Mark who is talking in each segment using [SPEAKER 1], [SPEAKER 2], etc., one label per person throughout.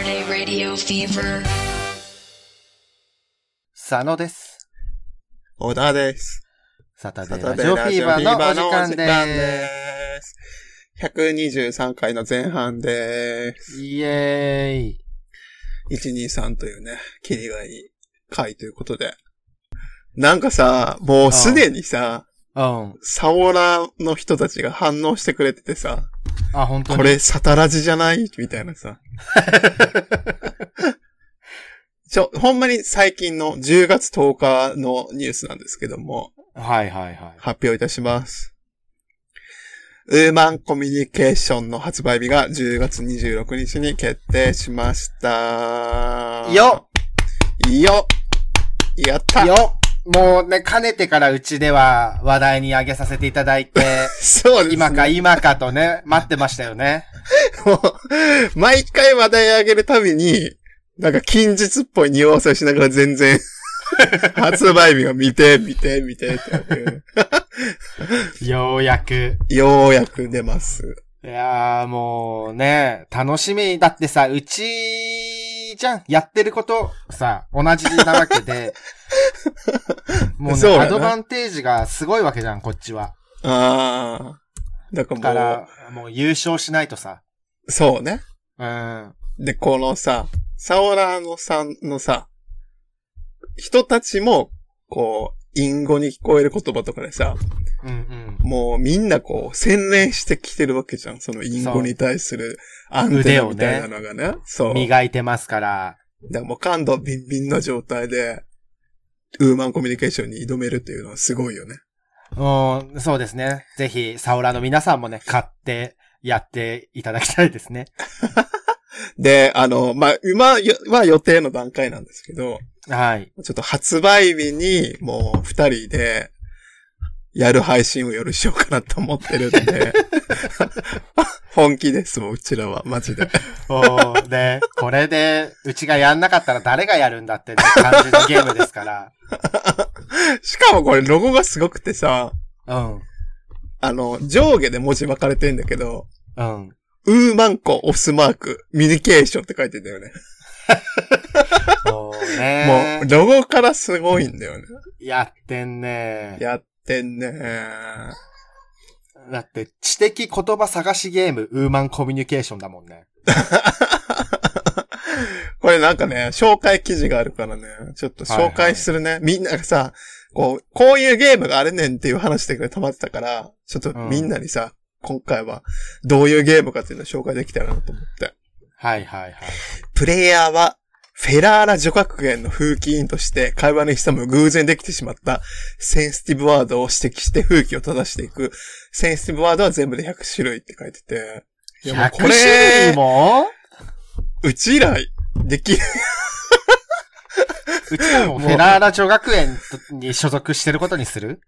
[SPEAKER 1] Radio Fever.
[SPEAKER 2] 佐野です。
[SPEAKER 3] 小田です。
[SPEAKER 2] サタデーラジオフィーバーのお時間
[SPEAKER 3] サタデーラジオフィーバーのお時間
[SPEAKER 2] で。
[SPEAKER 3] です。123回の前半です
[SPEAKER 2] イエーイ。
[SPEAKER 3] す。123というね、キリがいい回ということで。なんかさ、もうすでにさ、
[SPEAKER 2] うん。
[SPEAKER 3] サオラの人たちが反応してくれててさ、
[SPEAKER 2] あ、本当に。
[SPEAKER 3] これサタラジじゃないみたいなさ。ちょ、ほんまに最近の10月10日のニュースなんですけども、
[SPEAKER 2] はいはいはい。
[SPEAKER 3] 発表いたします。ウーマンコミュニケーションの発売日が10月26日に決定しました。
[SPEAKER 2] よ
[SPEAKER 3] よやった、
[SPEAKER 2] よもうね、かねてからうちでは話題に上げさせていただい て
[SPEAKER 3] そうです、ね。
[SPEAKER 2] 今か今かとね、待ってましたよね。
[SPEAKER 3] もう毎回話題上げるたびに、なんか近日っぽい匂わせをしながら 全然、発売日が見て、見て、見てってやってる
[SPEAKER 2] ようやく。
[SPEAKER 3] ようやく出ます。
[SPEAKER 2] いやーもうね、楽しみ。だってさ、うちじゃん。やってることさ、同じなわけ で。もう
[SPEAKER 3] そう
[SPEAKER 2] ね、
[SPEAKER 3] やな
[SPEAKER 2] アドバンテージがすごいわけじゃん、こっちは。
[SPEAKER 3] ああ。だか
[SPEAKER 2] だ
[SPEAKER 3] ら
[SPEAKER 2] から、
[SPEAKER 3] も
[SPEAKER 2] もう優勝しないとさ。
[SPEAKER 3] う、そうね。
[SPEAKER 2] うん。
[SPEAKER 3] で、このさ、サオラーノさんのさ、人たちも、こう、隠語に聞こえる言葉とかでさ、
[SPEAKER 2] うんうん。
[SPEAKER 3] もうみんなこう、洗練してきてるわけじゃん。その隠語に対するアン
[SPEAKER 2] 腕
[SPEAKER 3] テナ
[SPEAKER 2] をね
[SPEAKER 3] みたいなのがね。そう。だか
[SPEAKER 2] 磨いてますから。
[SPEAKER 3] らもう感度ビンビンの状態で、ウーマンコミュニケーションに挑めるっていうのはすごいよね。
[SPEAKER 2] うん、そうですね。ぜひ、サオラの皆さんもね、買って、やっていただきたいですね。
[SPEAKER 3] で、あの、まあ、今よは予定の段階なんですけど、
[SPEAKER 2] はい。
[SPEAKER 3] ちょっと発売日にもう二人でやる配信を夜しようかなと思ってるんで。本気ですもん、うちらは、マジで。
[SPEAKER 2] おーね、これで、うちがやんなかったら誰がやるんだってね、感じのゲームですから。
[SPEAKER 3] しかもこれロゴがすごくてさ、
[SPEAKER 2] うん。
[SPEAKER 3] あの、上下で文字分かれてんだけど、
[SPEAKER 2] うん。
[SPEAKER 3] ウーマンコオスマーク、ミニケーションって書いてんだよね。
[SPEAKER 2] そうね。
[SPEAKER 3] もう、ロゴからすごいんだよね。
[SPEAKER 2] やってんね。
[SPEAKER 3] やってんね
[SPEAKER 2] だって、知的言葉探しゲーム、ウーマンコミュニケーションだもんね。
[SPEAKER 3] これなんかね、紹介記事があるからね、ちょっと紹介するね。みんながさ、こう、こういうゲームがあるねんっていう話で溜まってたから、ちょっとみんなにさ、今回はどういうゲームかっていうのを紹介できたらなと思って。
[SPEAKER 2] はいはいはい。
[SPEAKER 3] プレイヤーは、フェラーラ女学園の風紀委員として会話に潜む偶然できてしまったセンシティブワードを指摘して風紀を正していく。センシティブワードは全部で100種類って書いてて。いやもう
[SPEAKER 2] 100
[SPEAKER 3] これ
[SPEAKER 2] 種類も
[SPEAKER 3] うち以来、でき
[SPEAKER 2] うちらもフェラーラ女学園に所属してることにする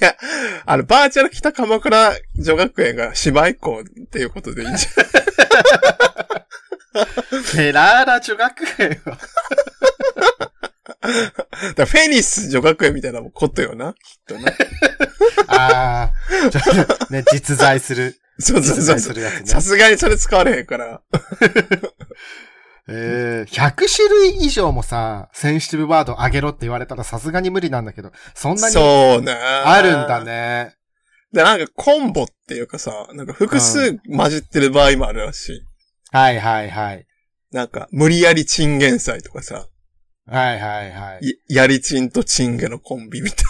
[SPEAKER 3] いや、あの、バーチャル北鎌倉女学園が姉妹校っていうことでいいんじゃ
[SPEAKER 2] フェラーラ女学園は。
[SPEAKER 3] ん。 だからフェニス女学園みたいなことよな。きっとね。
[SPEAKER 2] ああ、ちょっとね、実在する。
[SPEAKER 3] そうそう
[SPEAKER 2] 実
[SPEAKER 3] そう
[SPEAKER 2] 在
[SPEAKER 3] そ
[SPEAKER 2] す
[SPEAKER 3] う。
[SPEAKER 2] るやつ
[SPEAKER 3] さ
[SPEAKER 2] ね。
[SPEAKER 3] すがにそれ使われへんから。
[SPEAKER 2] えー、100種類以上もさ、センシティブワードあげろって言われたらさすがに無理なんだけど、そんなに
[SPEAKER 3] そうね。あ
[SPEAKER 2] あるんだ。ね。
[SPEAKER 3] で、なんかコンボっていうかさ、なんか複数混じってる場合もあるらしい。
[SPEAKER 2] はいはいはい。
[SPEAKER 3] なんか、無理やりチンゲン祭とかさ、
[SPEAKER 2] はいはいはい。
[SPEAKER 3] いやりチンとチンゲのコンビみたい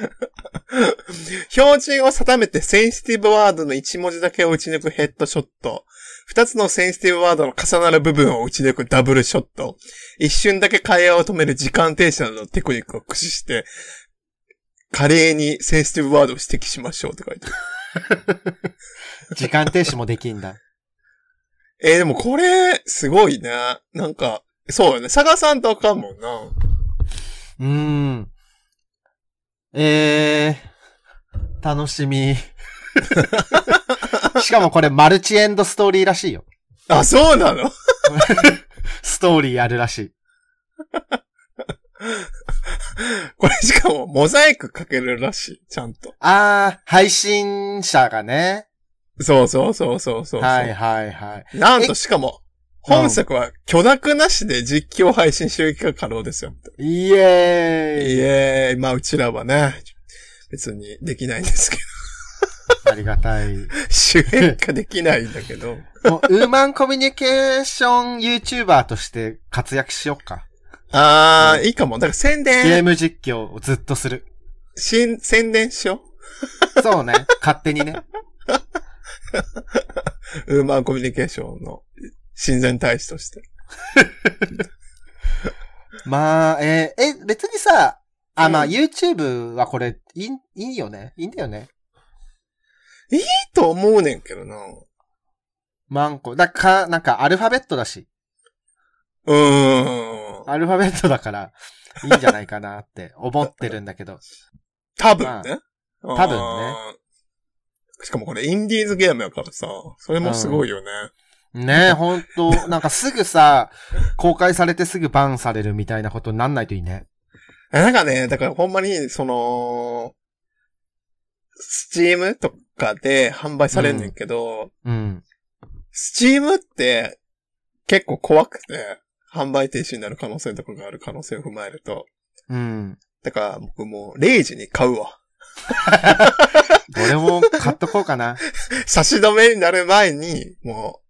[SPEAKER 3] な。標準を定めてセンシティブワードの一文字だけを打ち抜くヘッドショット。二つのセンシティブワードの重なる部分を打ち抜くダブルショット。一瞬だけ会話を止める時間停止などのテクニックを駆使して、華麗にセンシティブワードを指摘しましょうって書いてある。
[SPEAKER 2] 時間停止もできんだ。
[SPEAKER 3] えー、でもこれ、すごいね。なんか、そうよね。探さんとあかんもんな。
[SPEAKER 2] うーん。えー、楽し み。しかもこれマルチエンドストーリーらしいよ。
[SPEAKER 3] あ、そうなの
[SPEAKER 2] ストーリーあるらしい。
[SPEAKER 3] これしかもモザイクかけるらしい。ちゃんと。
[SPEAKER 2] あー、配信者がね。
[SPEAKER 3] そうそうそうそうそうそう。
[SPEAKER 2] はいはいはい。
[SPEAKER 3] なんとしかも、本作は許諾なしで実況配信収益が可能ですよ。
[SPEAKER 2] イエ
[SPEAKER 3] い
[SPEAKER 2] ーイ
[SPEAKER 3] えー、まあうちらはね、別にできないんですけど、
[SPEAKER 2] ありがたい。
[SPEAKER 3] 収益化できないんだけど。
[SPEAKER 2] もう、ウーマンコミュニケーション YouTuber として活躍しよっか。
[SPEAKER 3] あー、いいかも。だから宣
[SPEAKER 2] ゲー
[SPEAKER 3] 伝、
[SPEAKER 2] ム実況をずっとする。
[SPEAKER 3] し宣伝しよ
[SPEAKER 2] そうね。勝手にね。
[SPEAKER 3] う。ウーマンコミュニケーションの親善大使として。
[SPEAKER 2] まあ、えーえ、別にさ、あ、まあ、
[SPEAKER 3] うん
[SPEAKER 2] YouTube はこれ、いい、いいよね。いいんだよね。
[SPEAKER 3] いいと思うねんけどな。
[SPEAKER 2] マンコ。だか、なんか、アルファベットだし。
[SPEAKER 3] うーん。
[SPEAKER 2] アルファベットだから、いいんじゃないかなって思ってるんだけど。
[SPEAKER 3] 多分ね。
[SPEAKER 2] 多分ね
[SPEAKER 3] ね。しかもこれインディーズゲームやからさ、それもすごいよね。
[SPEAKER 2] ねえ、ほんと、なんかすぐさ、公開されてすぐバンされるみたいなことになんないといいね。
[SPEAKER 3] えなんかね、だからほんまに、その、スチームとかで販売されんねんけど、
[SPEAKER 2] うん。
[SPEAKER 3] スチームって結構怖くて、販売停止になる可能性とかがある可能性を踏まえると。
[SPEAKER 2] うん。
[SPEAKER 3] だから僕もう0時に買うわ。
[SPEAKER 2] どれも買っとこうかな。
[SPEAKER 3] 差し止めになる前に、も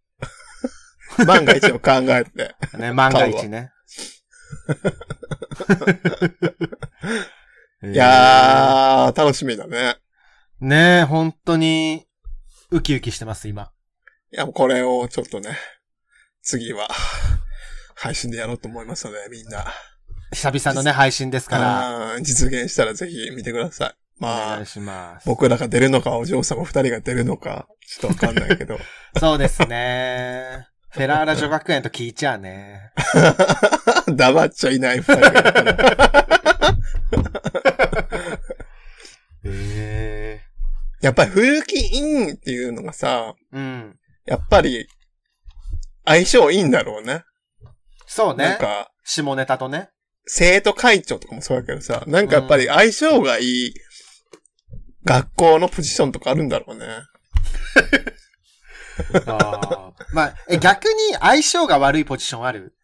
[SPEAKER 3] う、万が一を考えて。
[SPEAKER 2] ね、万が一 ね。
[SPEAKER 3] いやー、楽しみだね。
[SPEAKER 2] えーねえ、本当に、ウキウキしてます、今。
[SPEAKER 3] いや、もうこれをちょっとね、次は、配信でやろうと思いますので、みんな。
[SPEAKER 2] 久々のね、配信ですから、
[SPEAKER 3] うん実現したらぜひ見てください。
[SPEAKER 2] お
[SPEAKER 3] ま
[SPEAKER 2] 願い
[SPEAKER 3] あ、
[SPEAKER 2] します。
[SPEAKER 3] 僕らが出るのか、お嬢様二人が出るのか、ちょっとわかんないけど。
[SPEAKER 2] そうですね。フェラーラ女学園と聞いちゃうね。
[SPEAKER 3] 黙っちゃいない二人がい るから。
[SPEAKER 2] え
[SPEAKER 3] やっぱり古きインっていうのがさ、
[SPEAKER 2] えうん。
[SPEAKER 3] やっぱり、相性いいんだろうね。
[SPEAKER 2] そう
[SPEAKER 3] なん
[SPEAKER 2] ね。
[SPEAKER 3] か、
[SPEAKER 2] 下ネタとね。
[SPEAKER 3] 生徒会長とかもそうやけどさ、なんかやっぱり相性がいい学校のポジションとかあるんだろうね。
[SPEAKER 2] あーまあ、え、逆に相性が悪いポジションある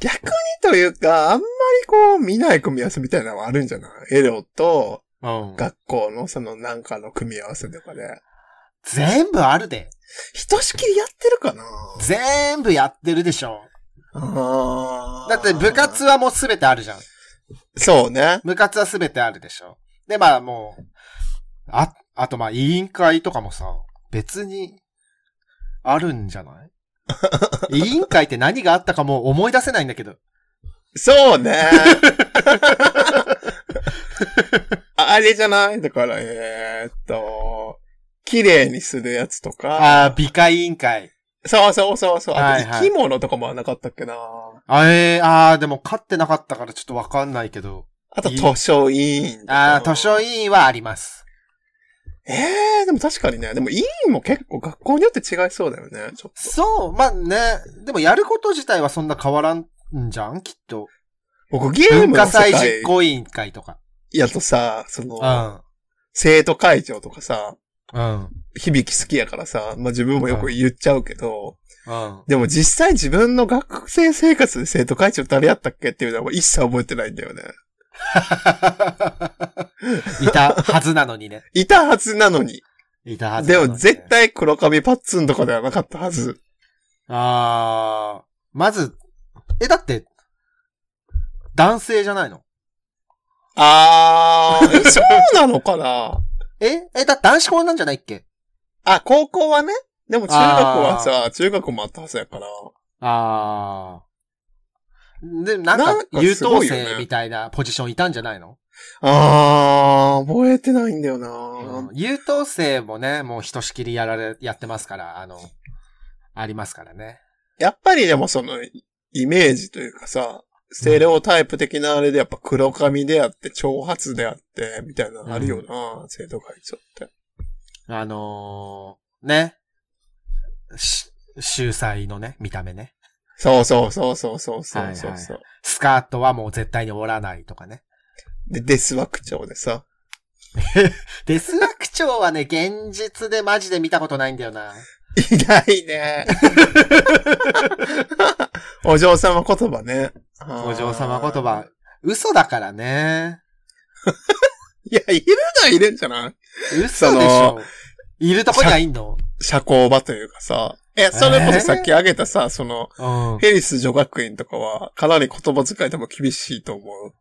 [SPEAKER 3] 逆にというか、あんまりこう見ない組み合わせみたいなのはあるんじゃないエロと
[SPEAKER 2] うん
[SPEAKER 3] 学校のそのなんかの組み合わせとかで。
[SPEAKER 2] 全部あるで。
[SPEAKER 3] ひとしきりやってるかな
[SPEAKER 2] 全部やってるでしょ。
[SPEAKER 3] あー
[SPEAKER 2] だって部活はもうすべてあるじゃん。
[SPEAKER 3] そうね。
[SPEAKER 2] 部活はすべてあるでしょ。で、まあもう、あ、あとまあ委員会とかもさ、別に、あるんじゃ ない委員会って何があったかもう思い出せないんだけど。
[SPEAKER 3] そう ね。あれじゃないだから、えーっと、綺麗にするやつとか。
[SPEAKER 2] ああ、美化委員会。
[SPEAKER 3] そうそうそうそう。あと
[SPEAKER 2] はいはい
[SPEAKER 3] 生き物とかもなかったっけな。
[SPEAKER 2] あえー、ああ、でも勝ってなかったからちょっとわかんないけど。
[SPEAKER 3] あと図書委員とか。
[SPEAKER 2] ああ、図書委員はあります。
[SPEAKER 3] ええでも確かにね。でも委員も結構学校によって違いそうだよね。ちょっと。
[SPEAKER 2] そう、まあね。でもやること自体はそんな変わらんじゃんきっと。
[SPEAKER 3] 僕ゲー
[SPEAKER 2] 文
[SPEAKER 3] ムの
[SPEAKER 2] 化祭
[SPEAKER 3] 世界
[SPEAKER 2] 実行委員会とか。
[SPEAKER 3] やとさ、その、
[SPEAKER 2] う
[SPEAKER 3] 生徒会長とかさ、
[SPEAKER 2] ん。うん。
[SPEAKER 3] 響き好きやからさ、まあ自分もよく言っちゃうけど、
[SPEAKER 2] うん。
[SPEAKER 3] でも実際自分の学生生活で生徒会長誰やったっけっていうのは一切覚えてないんだよね。
[SPEAKER 2] いたはずなのにね。
[SPEAKER 3] いたはずなのに。
[SPEAKER 2] いたはず
[SPEAKER 3] で
[SPEAKER 2] なのにね、
[SPEAKER 3] も絶対黒髪パッツンとかではなかったはず。
[SPEAKER 2] あー、まず、え、だって、男性じゃないの
[SPEAKER 3] あー、え そうなのかな
[SPEAKER 2] ええ、だって男子校なんじゃないっけ
[SPEAKER 3] あ、高校はね。でも中学はさ、中学もあったはずやから。
[SPEAKER 2] あー。で、なん
[SPEAKER 3] なん
[SPEAKER 2] か、
[SPEAKER 3] か
[SPEAKER 2] 優
[SPEAKER 3] すご
[SPEAKER 2] 等
[SPEAKER 3] いよね
[SPEAKER 2] 生みたいなポジションいたんじゃないの、
[SPEAKER 3] あー、覚えてないんだよな、
[SPEAKER 2] うん優等生もね、もうひとしきりやられ、やってますから、あの、ありますからね。
[SPEAKER 3] やっぱりでもその、イメージというかさ、ステレオタイプ的なあれでやっぱ黒髪であって、長髪であって、みたいなのあるよな、生徒会長って。
[SPEAKER 2] あのー、ね。し、秀才のね、見た目ね。
[SPEAKER 3] そうそうそうそうそうそうそう、
[SPEAKER 2] はいはスカートはもう絶対に折らないとかね。
[SPEAKER 3] で、デスワク長でさ。
[SPEAKER 2] デスアク長はね、現実でマジで見たことないんだよな。
[SPEAKER 3] 偉い ね。お嬢様言葉ね。
[SPEAKER 2] お嬢様言葉。。嘘だからね。
[SPEAKER 3] いや、いるのはいるんじゃない
[SPEAKER 2] 嘘でし
[SPEAKER 3] そ
[SPEAKER 2] ょ。いるとこにはいんの。
[SPEAKER 3] 社交場というかさ。え、それこそさっき挙げたさ、その、
[SPEAKER 2] うん。
[SPEAKER 3] ヘリス女学院とかは、かなり言葉遣いでも厳しいと思う。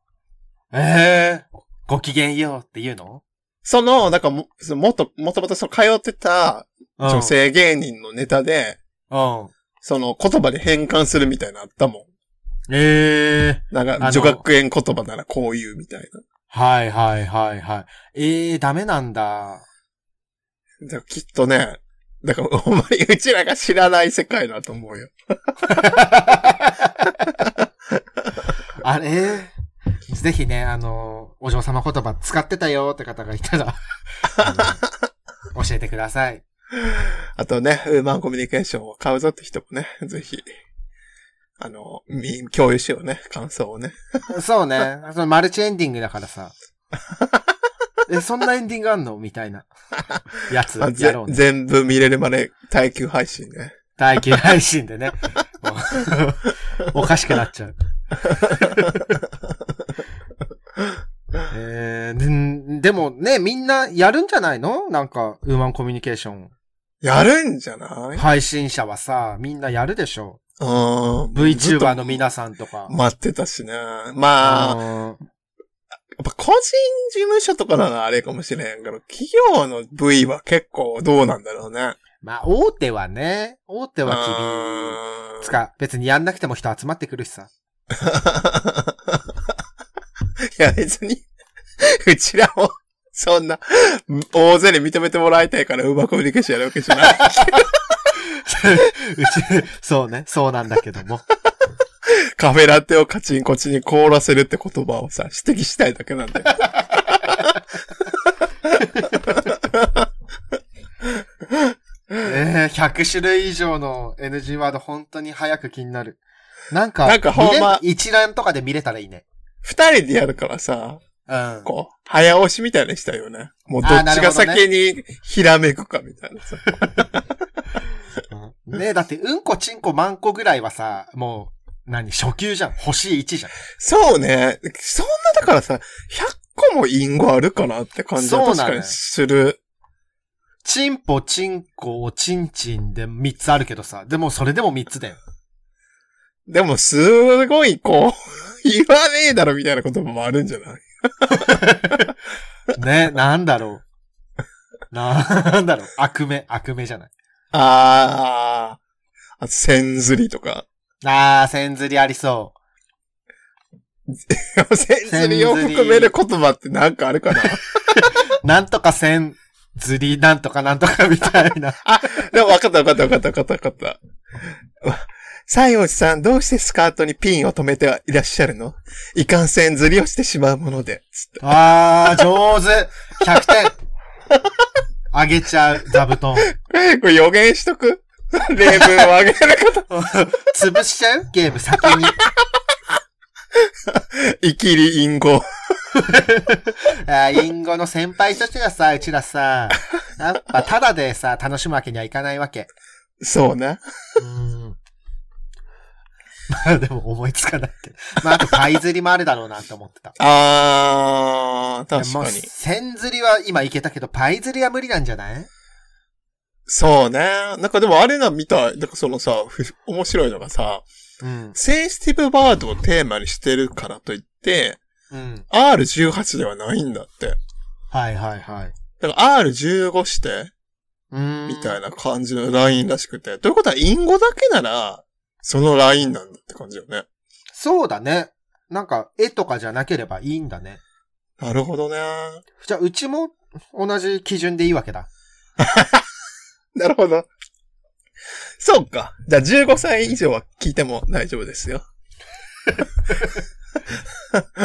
[SPEAKER 2] ええごきげんようって言うの
[SPEAKER 3] その、なんかも、そのもと、もともとその通ってた女。性芸人のネタで、
[SPEAKER 2] うん。うん
[SPEAKER 3] その言葉で変換するみたいなのあったも
[SPEAKER 2] ええ
[SPEAKER 3] ん。なん
[SPEAKER 2] あの
[SPEAKER 3] か、女学園言葉ならこう言うみたいな。
[SPEAKER 2] はいはいはいはい。ええダメなんだ。
[SPEAKER 3] だからきっとね、だから、ほんまにうちらが知らない世界だと思うよ。
[SPEAKER 2] あれぜひね、あの、お嬢様言葉使ってたよって方がいた ら、あの教えてください。
[SPEAKER 3] あとね、ウーマンコミュニケーションを買うぞって人もね、ぜひ、あの、み、共有しようね、感想をね。
[SPEAKER 2] そうね。そのマルチエンディングだから さ。え、そんなエンディングあんのみた いな。やつ
[SPEAKER 3] まあ、
[SPEAKER 2] や
[SPEAKER 3] ぜ
[SPEAKER 2] ろうね。
[SPEAKER 3] 全部見れるまで耐久配信ね。
[SPEAKER 2] 耐久配信で ね。もうおかしくなっちゃう。えー、ででもね、みんなやるんじゃないのなんか、ウーマンコミュニケーション。
[SPEAKER 3] やるんじゃない
[SPEAKER 2] 配信者はさ、みんなやるでしょ。
[SPEAKER 3] うーん。
[SPEAKER 2] VTuber の皆さんとか。
[SPEAKER 3] 待ってたしね。まあ、
[SPEAKER 2] うん
[SPEAKER 3] やっぱ個人事務所とかならあれかもしれんけど、企業の部位は結構どうなんだろうね。
[SPEAKER 2] まあ、大手はね、大手は厳しい。
[SPEAKER 3] うーん
[SPEAKER 2] つか、別にやんなくても人集まってくるしさ。
[SPEAKER 3] いや、別に、 うちらも、そんな、大勢に認めてもらいたいから、うまくコミュニケーションやるわけじ ゃない。
[SPEAKER 2] うち、そうね、そうなんだけども。
[SPEAKER 3] カフェラテをカチンコチンに凍らせるって言葉をさ、指摘したいだけなんだよ。
[SPEAKER 2] ええ100種類以上の NG ワード本当に早く気になる。なんか、
[SPEAKER 3] なんかほん
[SPEAKER 2] 見れ
[SPEAKER 3] ま
[SPEAKER 2] る一覧とかで見れたらいいね。
[SPEAKER 3] 二人でやるからさ、
[SPEAKER 2] うん。
[SPEAKER 3] こう、早押しみたいにしたいよね。もうど
[SPEAKER 2] あー
[SPEAKER 3] っ
[SPEAKER 2] な
[SPEAKER 3] ち
[SPEAKER 2] るほ
[SPEAKER 3] が
[SPEAKER 2] どね
[SPEAKER 3] 先にひらめくかみたいなさ。
[SPEAKER 2] ねえ、だって、うんこ、ちんこ、まんこぐらいはさ、もう、何、初級じゃん。星1じゃん。
[SPEAKER 3] そうね。そんなだからさ、100個も隠語あるかなって感じは
[SPEAKER 2] そう
[SPEAKER 3] 確
[SPEAKER 2] なの
[SPEAKER 3] か
[SPEAKER 2] よ
[SPEAKER 3] にする。
[SPEAKER 2] チンポ、チンコ、おちんちんで3つあるけどさ。でもそれでも3つだよ。
[SPEAKER 3] でもすごいこう、 言わねえだろみたいな言葉もあるんじゃない
[SPEAKER 2] ね、なんだろう。なんだろう。悪目、悪目じゃない。
[SPEAKER 3] あー。あと、線ずりとか。
[SPEAKER 2] あー、線ずりありそ
[SPEAKER 3] 線ずりを含める言葉ってなんかあるかな
[SPEAKER 2] う。なんとか線ずり、なんとかなんとかみたいな。
[SPEAKER 3] でも分かった分かった分かった分かった分かった。わ西洋寺さん、どうしてスカートにピンを止めてはいらっしゃるのいかんせんずりをしてしまうもので。 つって
[SPEAKER 2] あー、上手 !100 点あげちゃう、座布団。
[SPEAKER 3] これ予言しとく 例文をあげること。
[SPEAKER 2] 潰しちゃうゲーム先に。
[SPEAKER 3] イキリインゴ。
[SPEAKER 2] あーインゴの先輩としてはさ、うちらさ、やっぱただでさ、楽しむわけにはいかないわけ。
[SPEAKER 3] そうな。
[SPEAKER 2] うんまあでも思いつかないけど。まああとパイ釣りもあるだろうなって思ってた。
[SPEAKER 3] あー、確
[SPEAKER 2] もう
[SPEAKER 3] かに。
[SPEAKER 2] 線釣りは今いけたけど、パイ釣りは無理なんじゃない
[SPEAKER 3] そうね。なんかでもあれなみたい。なんかそのさ、ふ面白いのがさ、
[SPEAKER 2] うん。
[SPEAKER 3] センシティブバードをテーマにしてるからといって、
[SPEAKER 2] うん。
[SPEAKER 3] R18 ではないんだって。
[SPEAKER 2] はいはいはい。
[SPEAKER 3] だから R15 して、
[SPEAKER 2] うん。
[SPEAKER 3] みたいな感じのラインらしくて。ということは、インゴだけなら、そのラインなんだって感じよね。
[SPEAKER 2] そうだね。なんか、絵とかじゃなければいいんだね。
[SPEAKER 3] なるほどね。
[SPEAKER 2] じゃあ、うちも同じ基準でいいわけだ。
[SPEAKER 3] なるほど。そうか。じゃあ15歳以上は聞いても大丈夫ですよ。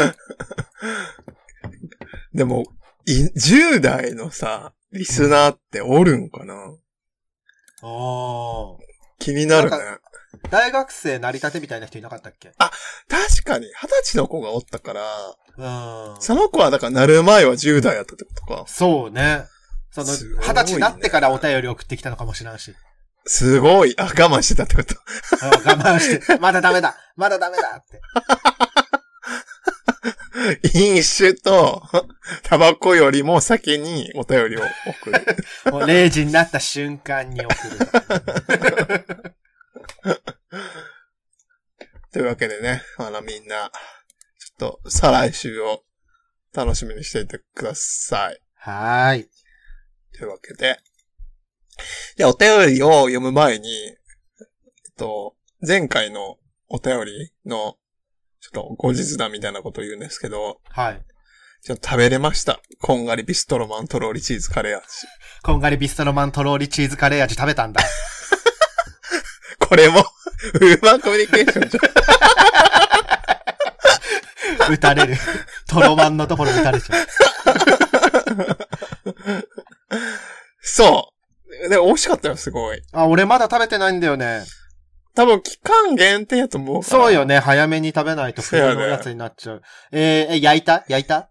[SPEAKER 3] でも、い10代のさ、リスナーっておるんかな
[SPEAKER 2] ああ。
[SPEAKER 3] 気になるね
[SPEAKER 2] な。ん大学生成り立てみたいな人いなかったっけ
[SPEAKER 3] 確かに、二十歳の子がおったから、
[SPEAKER 2] うん。
[SPEAKER 3] その子はだからなる前は10代やったってことか。
[SPEAKER 2] そうね。その、
[SPEAKER 3] すごいね
[SPEAKER 2] 二十歳になってからお便り送ってきたのかもしれんし。
[SPEAKER 3] すごい。あ、我慢してたってこと。
[SPEAKER 2] あ我慢して、 まだダメだまだダメだって。
[SPEAKER 3] 飲酒と、タバコよりも先にお便りを送る。
[SPEAKER 2] もう0時になった瞬間に送ると。
[SPEAKER 3] というわけでね、あのみんな、ちょっと再来週を楽しみにしていてください。
[SPEAKER 2] はーい。
[SPEAKER 3] というわけで。じゃあお便りを読む前に、えっと、前回のお便りの、ちょっと後日談みたいなことを言うんですけど、
[SPEAKER 2] はい。
[SPEAKER 3] ちょっと食べれました。こんがりビストロマントローリチーズカレー味。
[SPEAKER 2] こんがりビストロマンとろーリチーズカレー味食べたんだ。
[SPEAKER 3] これも、ウーバーコミュニケーションじゃん。
[SPEAKER 2] 打たれる。 トロマンのところ打たれちゃう。
[SPEAKER 3] そう。で、美味しかったよ、すごい。
[SPEAKER 2] あ、俺まだ食べてないんだよね。
[SPEAKER 3] 多分、期間限定やと思うから。
[SPEAKER 2] そうよね。早めに食べないと
[SPEAKER 3] そうやね
[SPEAKER 2] 冬のやつになっちゃう。えーえ、焼いた焼いた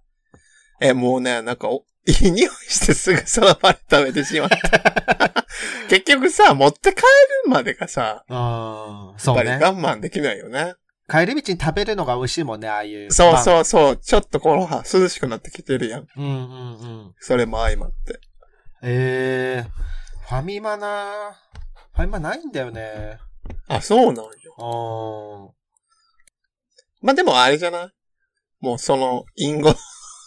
[SPEAKER 3] え、もうね、なんかお、いい匂いしてすぐその場で食べてしまった。 結局さ、持って帰るまでがさ、
[SPEAKER 2] うん。
[SPEAKER 3] やっ
[SPEAKER 2] そ
[SPEAKER 3] ぱ
[SPEAKER 2] う
[SPEAKER 3] り
[SPEAKER 2] ね。
[SPEAKER 3] 我慢できないよね。
[SPEAKER 2] 帰り道に食べるのが美味しいもんね、ああいう。
[SPEAKER 3] そう
[SPEAKER 2] う。
[SPEAKER 3] そうそう、ちょっとこの葉涼しくなってきてるやん。
[SPEAKER 2] うんうんうん。
[SPEAKER 3] それも相まって。
[SPEAKER 2] ええファミマなファミマないんだよね。
[SPEAKER 3] あ、そうなんよ。
[SPEAKER 2] うん。
[SPEAKER 3] まあ、でもあれじゃないもうその、隠語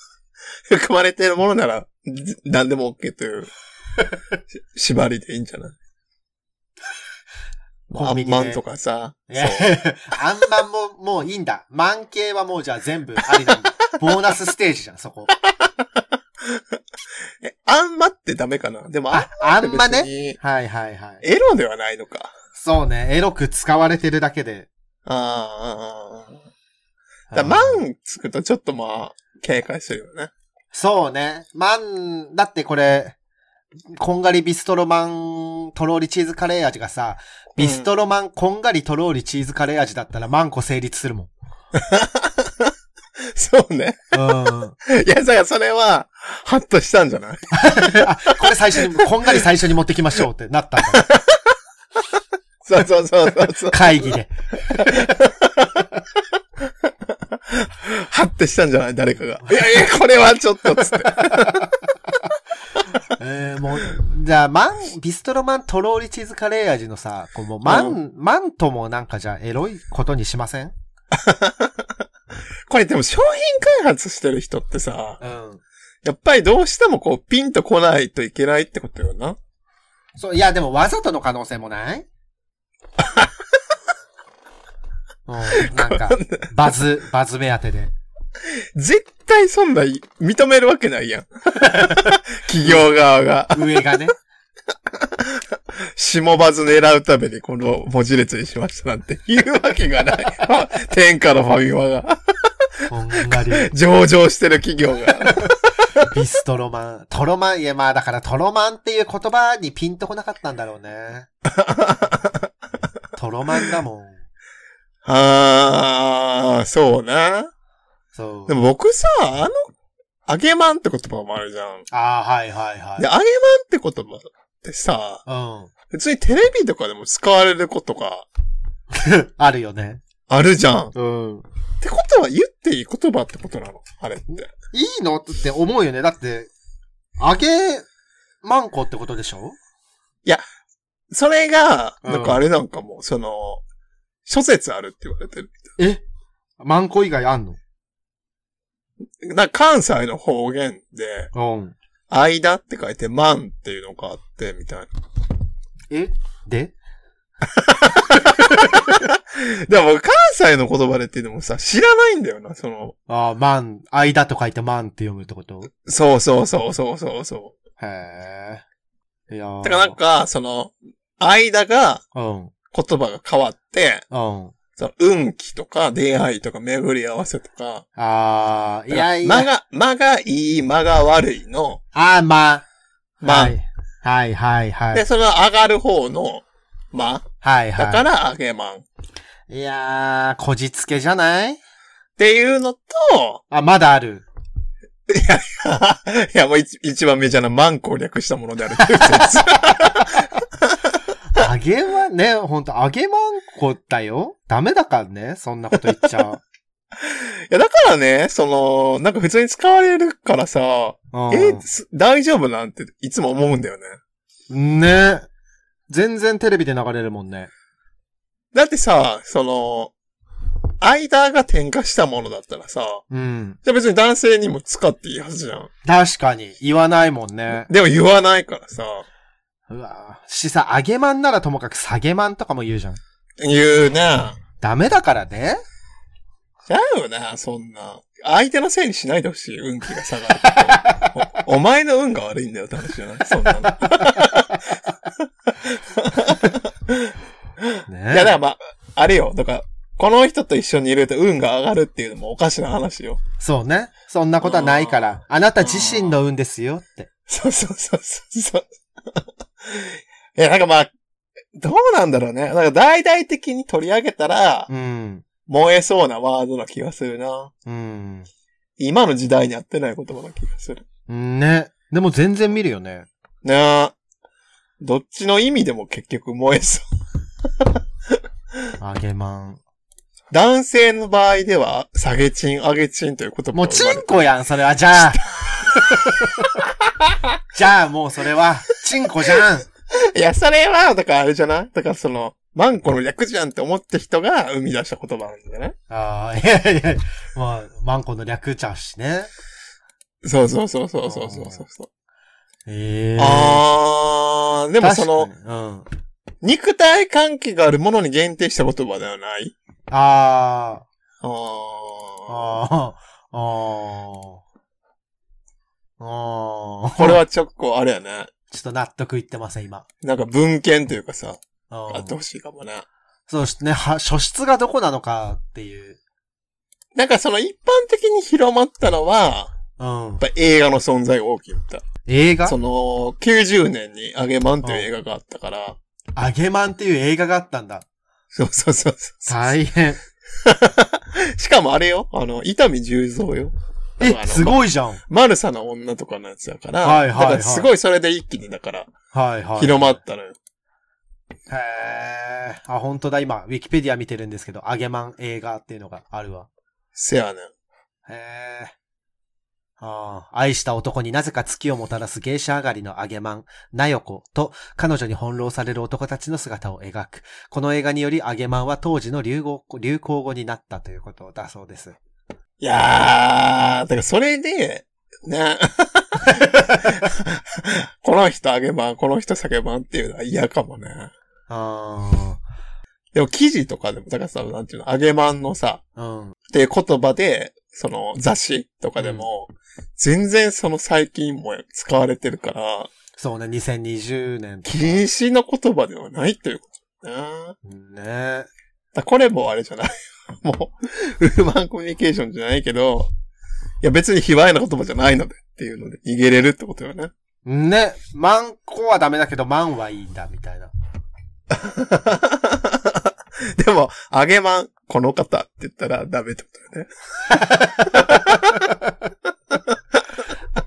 [SPEAKER 3] 含まれてるものなら、ず何でも OK という、し縛りでいいんじゃない
[SPEAKER 2] コ
[SPEAKER 3] あ
[SPEAKER 2] ンビ
[SPEAKER 3] ん
[SPEAKER 2] ニで
[SPEAKER 3] まんとかさ、
[SPEAKER 2] えーあんまんも、もういいんだ。マン系はもうじゃあ全部ありなん だ。ボーナスステージじゃん、そこ。
[SPEAKER 3] え、あんまってダメかなでも、
[SPEAKER 2] あ、あ
[SPEAKER 3] あ
[SPEAKER 2] ん まね。
[SPEAKER 3] ね。
[SPEAKER 2] はいはいはい。
[SPEAKER 3] エロではないのか。
[SPEAKER 2] そうね。エロく使われてるだけで。
[SPEAKER 3] あーあーあー。だマンつくとちょっとまあ、警戒するよね。
[SPEAKER 2] そうね。マン、だってこれ、こんがりビストロマンとろーりチーズカレー味がさ、ビストロマンこんがりとろーりチーズカレー味だったらマンコ成立するもん。
[SPEAKER 3] そうね。
[SPEAKER 2] うん。
[SPEAKER 3] いや、だからそれは、ハッとしたんじゃな い
[SPEAKER 2] あ、これ最初に、こんがり最初に持ってきましょうってな ったんだ。
[SPEAKER 3] そうそうそうそうそう。
[SPEAKER 2] 会議で。
[SPEAKER 3] ハッとしたんじゃない誰かが。いやいや、これはちょっと、つって。
[SPEAKER 2] えー、もう、じゃあ、マン、ビストロマンとろーりチーズカレー味のさ、こうもうマン、
[SPEAKER 3] う
[SPEAKER 2] マンともなんかじゃあエロいことにしません
[SPEAKER 3] これでも商品開発してる人ってさ、
[SPEAKER 2] うん。
[SPEAKER 3] やっぱりどうしてもこう、ピンと来ないといけないってことよな。
[SPEAKER 2] そう、いや、でもわざとの可能性もない うん、なんか、バズ、バズ目当てで。
[SPEAKER 3] 絶対そんな、認めるわけないやん。 企業側が。
[SPEAKER 2] 上がね。
[SPEAKER 3] 下バズ狙うためにこの文字列にしましたなんて 言うわけがない。 天下のファミマが、
[SPEAKER 2] こんがり、
[SPEAKER 3] 上場してる企業が。
[SPEAKER 2] ビストロマン。トロマン、いや、まあだからトロマンっていう言葉にピンとこなかったんだろう ね。トロマンだもん。
[SPEAKER 3] あー、そうな。
[SPEAKER 2] そう
[SPEAKER 3] で。も僕さ、あの、揚げまんって言葉もあるじゃん。
[SPEAKER 2] ああ、はいはいはい。
[SPEAKER 3] で、揚げまんって言葉ってさ、
[SPEAKER 2] うん。
[SPEAKER 3] 普通にテレビとかでも使われることが
[SPEAKER 2] あるよね。
[SPEAKER 3] あるじゃん。っ
[SPEAKER 2] うん。
[SPEAKER 3] てことは言っていい言葉ってことなのあれって。
[SPEAKER 2] いいのって思うよね。だって、揚げ、マンコってことでしょ
[SPEAKER 3] それが、
[SPEAKER 2] うん
[SPEAKER 3] なんかあれなんかもう、その、諸説あるって言われてる。
[SPEAKER 2] えマンコ以外あんの
[SPEAKER 3] なんか関西の方言で、
[SPEAKER 2] うん。
[SPEAKER 3] 間って書いて、マンっていうのがあって、みたい
[SPEAKER 2] えで
[SPEAKER 3] な。でも、関西の言葉でっていうのもさ、知らないんだよな、その、
[SPEAKER 2] ああ、マン、間と書いてマンって読むってこと
[SPEAKER 3] そうそうそうそうそうそ
[SPEAKER 2] へえ。いやー
[SPEAKER 3] う。だからなん、か、その、間が、
[SPEAKER 2] うん、
[SPEAKER 3] 言葉が変わって、
[SPEAKER 2] うん。
[SPEAKER 3] その、運気とか、出会いとか、巡り合わせとか、
[SPEAKER 2] ああ、いやい
[SPEAKER 3] 間
[SPEAKER 2] や、
[SPEAKER 3] が、間がいい、間が悪いの、
[SPEAKER 2] ああ、まあ。
[SPEAKER 3] まあ
[SPEAKER 2] はい、はい、はい、は
[SPEAKER 3] で、
[SPEAKER 2] い。
[SPEAKER 3] その上がる方の、間、
[SPEAKER 2] はい、はい。
[SPEAKER 3] だから、上げまん。っ
[SPEAKER 2] いやー、こじつけじゃない
[SPEAKER 3] ていうのと、
[SPEAKER 2] あ、まだある。
[SPEAKER 3] いや、もう一一番メジャーなマン攻略したものであるっていう説
[SPEAKER 2] 揚げまん、ね、ほんと、あげまんこだよ。ダメだからね、そんなこと言っち ゃ
[SPEAKER 3] いや、だからね、その、なんか普通に使われるからさ、
[SPEAKER 2] う。うん、
[SPEAKER 3] え、す大丈夫なんていつも思うんだよね。
[SPEAKER 2] ね。全然テレビで流れるもんね。
[SPEAKER 3] だってさ、その、間が添加したものだったらさ、
[SPEAKER 2] うん。
[SPEAKER 3] じゃあ別に男性にも使っていいはずじゃん。
[SPEAKER 2] 確かに、言わないもんね。
[SPEAKER 3] でも言わないからさ、
[SPEAKER 2] うわぁしさ、あげまんならともかく下げまんとかも言うじゃん。
[SPEAKER 3] 言うな
[SPEAKER 2] ダメだから ね。
[SPEAKER 3] ちゃうよな、そんな。相手のせいにしないでほしい、運気が下がる ことお。お前の運が悪いんだよ、楽しいよな、そんなの。い
[SPEAKER 2] ね
[SPEAKER 3] や、だからまあ、あれよ、だから、この人と一緒にいると運が上がるっていうのもおかしな話よ。
[SPEAKER 2] そうね。そんなことはないから、あなた自身の運ですよって。
[SPEAKER 3] そうそうそうそうそう。いや、なんかまあ、どうなんだろうね。なんか大々的に取り上げたら、
[SPEAKER 2] うん。
[SPEAKER 3] 燃えそうなワードな気がするな。
[SPEAKER 2] うん。
[SPEAKER 3] 今の時代に合ってない言葉な気がする。
[SPEAKER 2] ね。でも全然見るよね。
[SPEAKER 3] なあ。どっちの意味でも結局燃えそう。
[SPEAKER 2] あげまん。
[SPEAKER 3] 男性の場合では、下げチン、上げチンという言葉
[SPEAKER 2] もう
[SPEAKER 3] が生ま
[SPEAKER 2] チ
[SPEAKER 3] れ
[SPEAKER 2] ンコやん、それは、じ ゃあ。じゃあ、もうそれは、チンコじゃん。
[SPEAKER 3] いや、それは、だからあれじゃないだからその、マンコの略じゃんって思った人が生み出した言葉なんじゃない
[SPEAKER 2] ああ、いやいやいや、まあ、マンコの略ちゃうしね。
[SPEAKER 3] そうそうそうそうそうそうそうそう。
[SPEAKER 2] ええ
[SPEAKER 3] あー、
[SPEAKER 2] で
[SPEAKER 3] でもその、
[SPEAKER 2] うん。
[SPEAKER 3] 肉体関係があるものに限定した言葉ではない
[SPEAKER 2] あ
[SPEAKER 3] あ
[SPEAKER 2] あ、
[SPEAKER 3] ー。
[SPEAKER 2] ああ、ああ、ああ、
[SPEAKER 3] これはちょっとあれやね。
[SPEAKER 2] ちょっと納得いってません、今。
[SPEAKER 3] なんか文献というかさ、
[SPEAKER 2] うん
[SPEAKER 3] あってほしいかもね。
[SPEAKER 2] そうですね、は、書室がどこなのかっていう。
[SPEAKER 3] なんかその一般的に広まったのは、
[SPEAKER 2] うん。
[SPEAKER 3] やっぱ映画の存在が大きいんだ。
[SPEAKER 2] 映画
[SPEAKER 3] その、90年にアゲマンという映画があったから、
[SPEAKER 2] アゲマンっていう映画があったんだ。
[SPEAKER 3] そうそうそう そう。
[SPEAKER 2] 大変。
[SPEAKER 3] しかもあれよ、あの、伊丹十三よ。あ
[SPEAKER 2] え、
[SPEAKER 3] の
[SPEAKER 2] すごいじゃん。
[SPEAKER 3] マルサの女とかのやつだから、
[SPEAKER 2] はいはいはい
[SPEAKER 3] だからすごいそれで一気にだから、
[SPEAKER 2] はいはい。
[SPEAKER 3] 広まったのよ。
[SPEAKER 2] へえ。あ、本当だ、今、ウィキペディア見てるんですけど、アゲマン映画っていうのがあるわ。
[SPEAKER 3] せやねん。
[SPEAKER 2] へえ。ああ、愛した男になぜか月をもたらす芸者上がりのアゲマン、ナヨコと彼女に翻弄される男たちの姿を描く。この映画によりアゲマンは当時の流行語流行語になったということだそうです。
[SPEAKER 3] いやー、だからそれで、ね。 この人あげまん、この人下げまんっていうのは嫌かもね。
[SPEAKER 2] あ
[SPEAKER 3] でも記事とかでも、だからさ、なんていうの、あげまんのさ、
[SPEAKER 2] あ、うん。
[SPEAKER 3] っていう言葉で、その雑誌とかでも、全然その最近も使われてるから、
[SPEAKER 2] そうね、2020年とか。
[SPEAKER 3] 禁止の言葉ではないということだな。だか
[SPEAKER 2] ね
[SPEAKER 3] らこれもあれじゃない。 もう、ウーマンコミュニケーションじゃないけど、いや別に卑猥な言葉じゃないのでっていうので逃げれるってことよね。
[SPEAKER 2] ね、マンコはダメだけど、マンはいいんだ、みたいな。
[SPEAKER 3] でも、あげまん、この方って言ったらダメってことよね。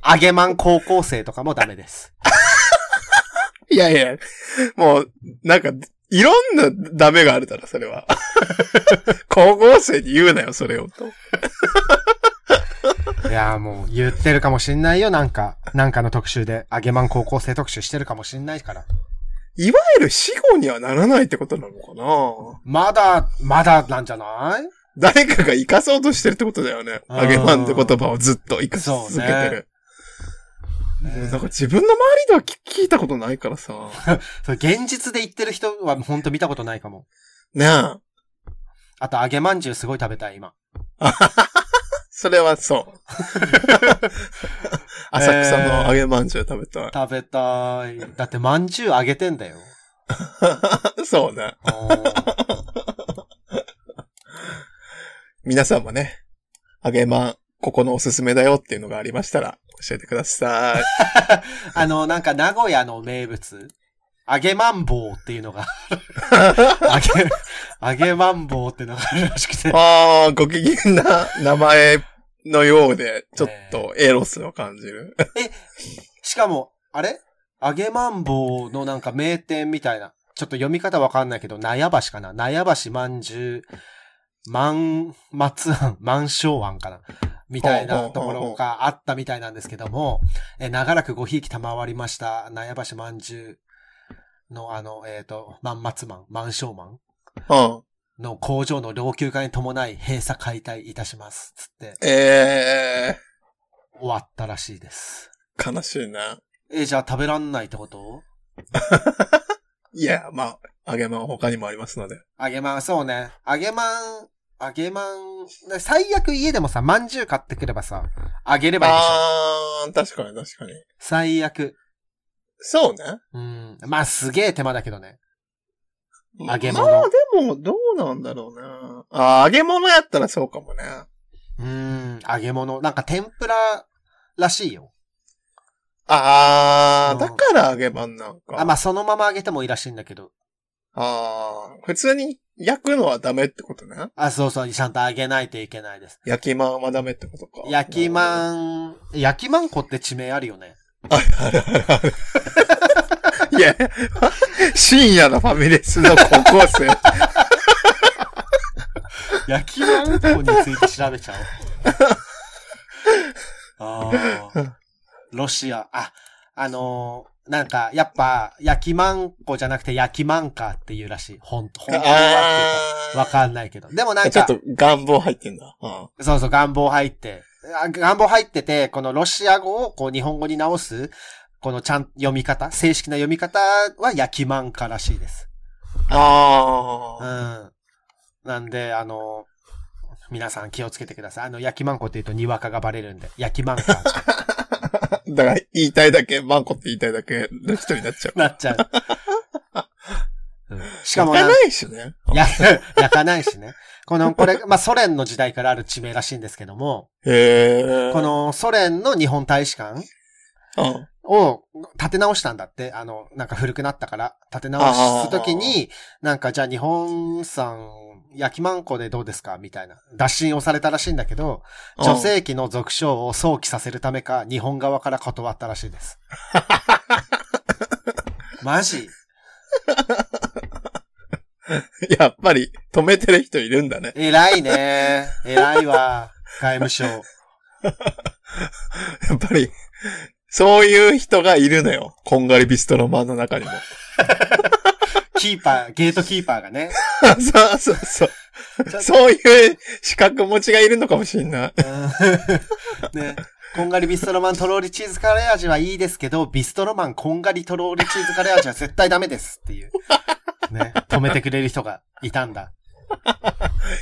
[SPEAKER 2] アゲマン高校生とかもダメです。
[SPEAKER 3] いやいや、もう、なんか、いろんなダメがあるだろ、それは。高校生に言うなよ、それを。と
[SPEAKER 2] いやーもう言ってるかもしんないよ、なんか。なんかの特集で、アゲマン高校生特集してるかもしんないから。
[SPEAKER 3] いわゆる死後にはならないってことなのか
[SPEAKER 2] まだ、まだなんじゃない
[SPEAKER 3] な誰かが生かそうとしてるってことだよね。
[SPEAKER 2] うん
[SPEAKER 3] あげまんって言葉をずっと生かし続けて
[SPEAKER 2] そ
[SPEAKER 3] る。
[SPEAKER 2] うね
[SPEAKER 3] もうなんか自分の周りでは聞聞いたことないからさ。
[SPEAKER 2] それ現実で言ってる人はほんと見たことないかも。
[SPEAKER 3] ねえ。
[SPEAKER 2] あと、揚げまんじゅうすごい食べたい、今。
[SPEAKER 3] それはそう。 浅草の揚げまんじゅう食べたい。
[SPEAKER 2] 食べたい。だって、まんじゅう揚げてんだよ。
[SPEAKER 3] そうね。
[SPEAKER 2] あー
[SPEAKER 3] 皆さんもね、揚げまん、ここのおすすめだよっていうのがありましたら、教えてく ださい。
[SPEAKER 2] あの、なんか、名古屋の名物、揚げまんぼうっていうのが、 揚げ、揚げまんぼうっていうのがあるらしくて。
[SPEAKER 3] ああ、ご機嫌な名前のようで、ちょっとエロスを感じる。
[SPEAKER 2] しかも、あれ揚げまんぼうのなんか名店みたいな。ちょっと読み方わかんないけど、なやばしかな。なやばしまんじゅう、まん、まつあん、まんしょうあんかな。みたいなところがあったみたいなんですけども、え長らくごひいき賜りました、なやばしまんじゅうのあの、えっ、と、まんまつまん、まんしょうまん
[SPEAKER 3] うん。
[SPEAKER 2] の工場の老朽化に伴い閉鎖解体いたします。つって
[SPEAKER 3] え
[SPEAKER 2] 終わったらしいです。
[SPEAKER 3] ー、悲しいな。
[SPEAKER 2] え、じゃあ食べらんないってこと
[SPEAKER 3] いや、まあ、揚げまんは他にもありますので。
[SPEAKER 2] 揚げまん、そうね。揚げまん、揚げまん、最悪家でもさ、まんじゅう買ってくればさ、揚げればいいでしょ。
[SPEAKER 3] あー、確かに確かに。
[SPEAKER 2] 最悪。
[SPEAKER 3] そうね。
[SPEAKER 2] うん。まあ、すげえ手間だけどね。揚げ
[SPEAKER 3] ま
[SPEAKER 2] 物
[SPEAKER 3] あ、でも、どうなんだろうな。あー揚げ物やったらそうかもね。
[SPEAKER 2] うん、揚げ物。なんか天ぷららしいよ。
[SPEAKER 3] あ
[SPEAKER 2] う
[SPEAKER 3] ー、
[SPEAKER 2] ん
[SPEAKER 3] だから揚げまんなんか。
[SPEAKER 2] あ、まあ、そのまま揚げてもいいらしいんだけど。
[SPEAKER 3] あー、普通に焼くのはダメってことね。
[SPEAKER 2] あ、そうそう、ちゃんと揚げないといけないです。
[SPEAKER 3] 焼きまんはダメってことか。
[SPEAKER 2] 焼き
[SPEAKER 3] ん。
[SPEAKER 2] まん、焼きまんこって地名あるよね。
[SPEAKER 3] あるあるある。いや、深夜のファミレスの高校生。
[SPEAKER 2] 焼きまんこについて調べちゃおう。あーロシア、あ、あのーなんか、やっぱ、焼きまんこじゃなくて焼きまんかっていうらしい。ほんと、ほんとはっていうかわかんないけど。でもなん
[SPEAKER 3] ちょっ
[SPEAKER 2] か、
[SPEAKER 3] と願望入ってんだ。うん。
[SPEAKER 2] そうそう、願望入って。あ願望入ってて、このロシア語をこう日本語に直す、このちゃん、読み方、正式な読み方は焼きまんからしいです。う
[SPEAKER 3] ああ。
[SPEAKER 2] ん。なんで、あの、皆さん気をつけてください。あの、焼きまんこって言うとにわかがバレるんで、焼きまんかって
[SPEAKER 3] だから言いたいだけ、マンコって言いたいだけの人になっちゃう。
[SPEAKER 2] なっちゃう。うんしかもな
[SPEAKER 3] 行かないしね。
[SPEAKER 2] や、 焼かないしね。この、これ、まあ、ソ連の時代からある地名らしいんですけども、
[SPEAKER 3] へえ。
[SPEAKER 2] このソ連の日本大使館
[SPEAKER 3] うん、
[SPEAKER 2] を建て直したんだって、あの、なんか古くなったから、建て直すときに、なんかじゃあ日本産焼きまんこでどうですかみたいな、打診をされたらしいんだけど、女性器の俗称を想起させるためか、日本側から断ったらしい です。マジ
[SPEAKER 3] うん。やっぱり止めてる人いるんだね。
[SPEAKER 2] 偉いね。偉いわ。外務省。
[SPEAKER 3] やっぱり、そういう人がいるのよ。こんがりビストロマンの中にも。
[SPEAKER 2] キーパー、ゲートキーパーがね。
[SPEAKER 3] そうそうそう。 そういう資格持ちがいるのかもしんない。
[SPEAKER 2] う んね。こんがりビストロマンとろりチーズカレー味はいいですけど、ビストロマンこんがりとろりチーズカレー味は絶対ダメですっていう。 ね。止めてくれる人がいたんだ。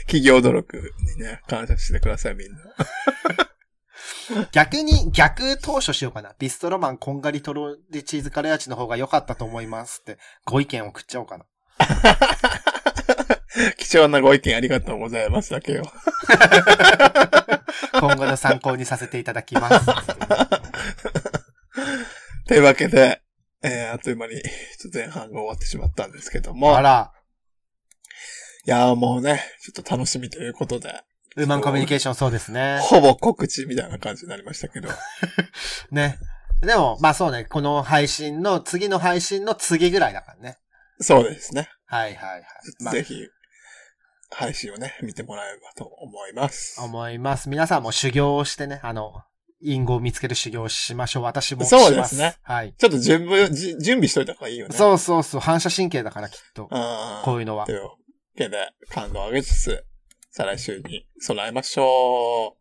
[SPEAKER 3] 企業努力にね、感謝してください、みんな。
[SPEAKER 2] 逆に、逆当初しようかな。ビストロマンこんがりとろりチーズカレー味の方が良かったと思いますって、ご意見を送っちゃおうかな。
[SPEAKER 3] 貴重なご意見ありがとうございますだけよ。
[SPEAKER 2] 今後の参考にさせていただきます。
[SPEAKER 3] というわけで、えー、あっという間に、ちょっと前半が終わってしまったんですけども。
[SPEAKER 2] あら、
[SPEAKER 3] いやーもうね、ちょっと楽しみということで、
[SPEAKER 2] ウーマンコミュニケーションそうですね。
[SPEAKER 3] ほぼ告知みたいな感じになりました けど。
[SPEAKER 2] ね。でも、まあそうね、この配信の、次の配信の次ぐらいだからね。
[SPEAKER 3] そうですね。
[SPEAKER 2] はいはいはい。ま
[SPEAKER 3] ぜひ、配信をね、見てもらえればと思います
[SPEAKER 2] あ、。思います。皆さんも修行をしてね、あの、因語を見つける修行をしましょう。私もします。
[SPEAKER 3] そうですね。
[SPEAKER 2] はい。
[SPEAKER 3] ちょっと準備、じ準備しといた方がいいよね。う。
[SPEAKER 2] そうそうそう、反射神経だからきっと。
[SPEAKER 3] あ
[SPEAKER 2] こういうのは
[SPEAKER 3] と。いうわけで、感動を上げつつ、再来週に備えましょう。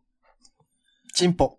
[SPEAKER 2] チンポ。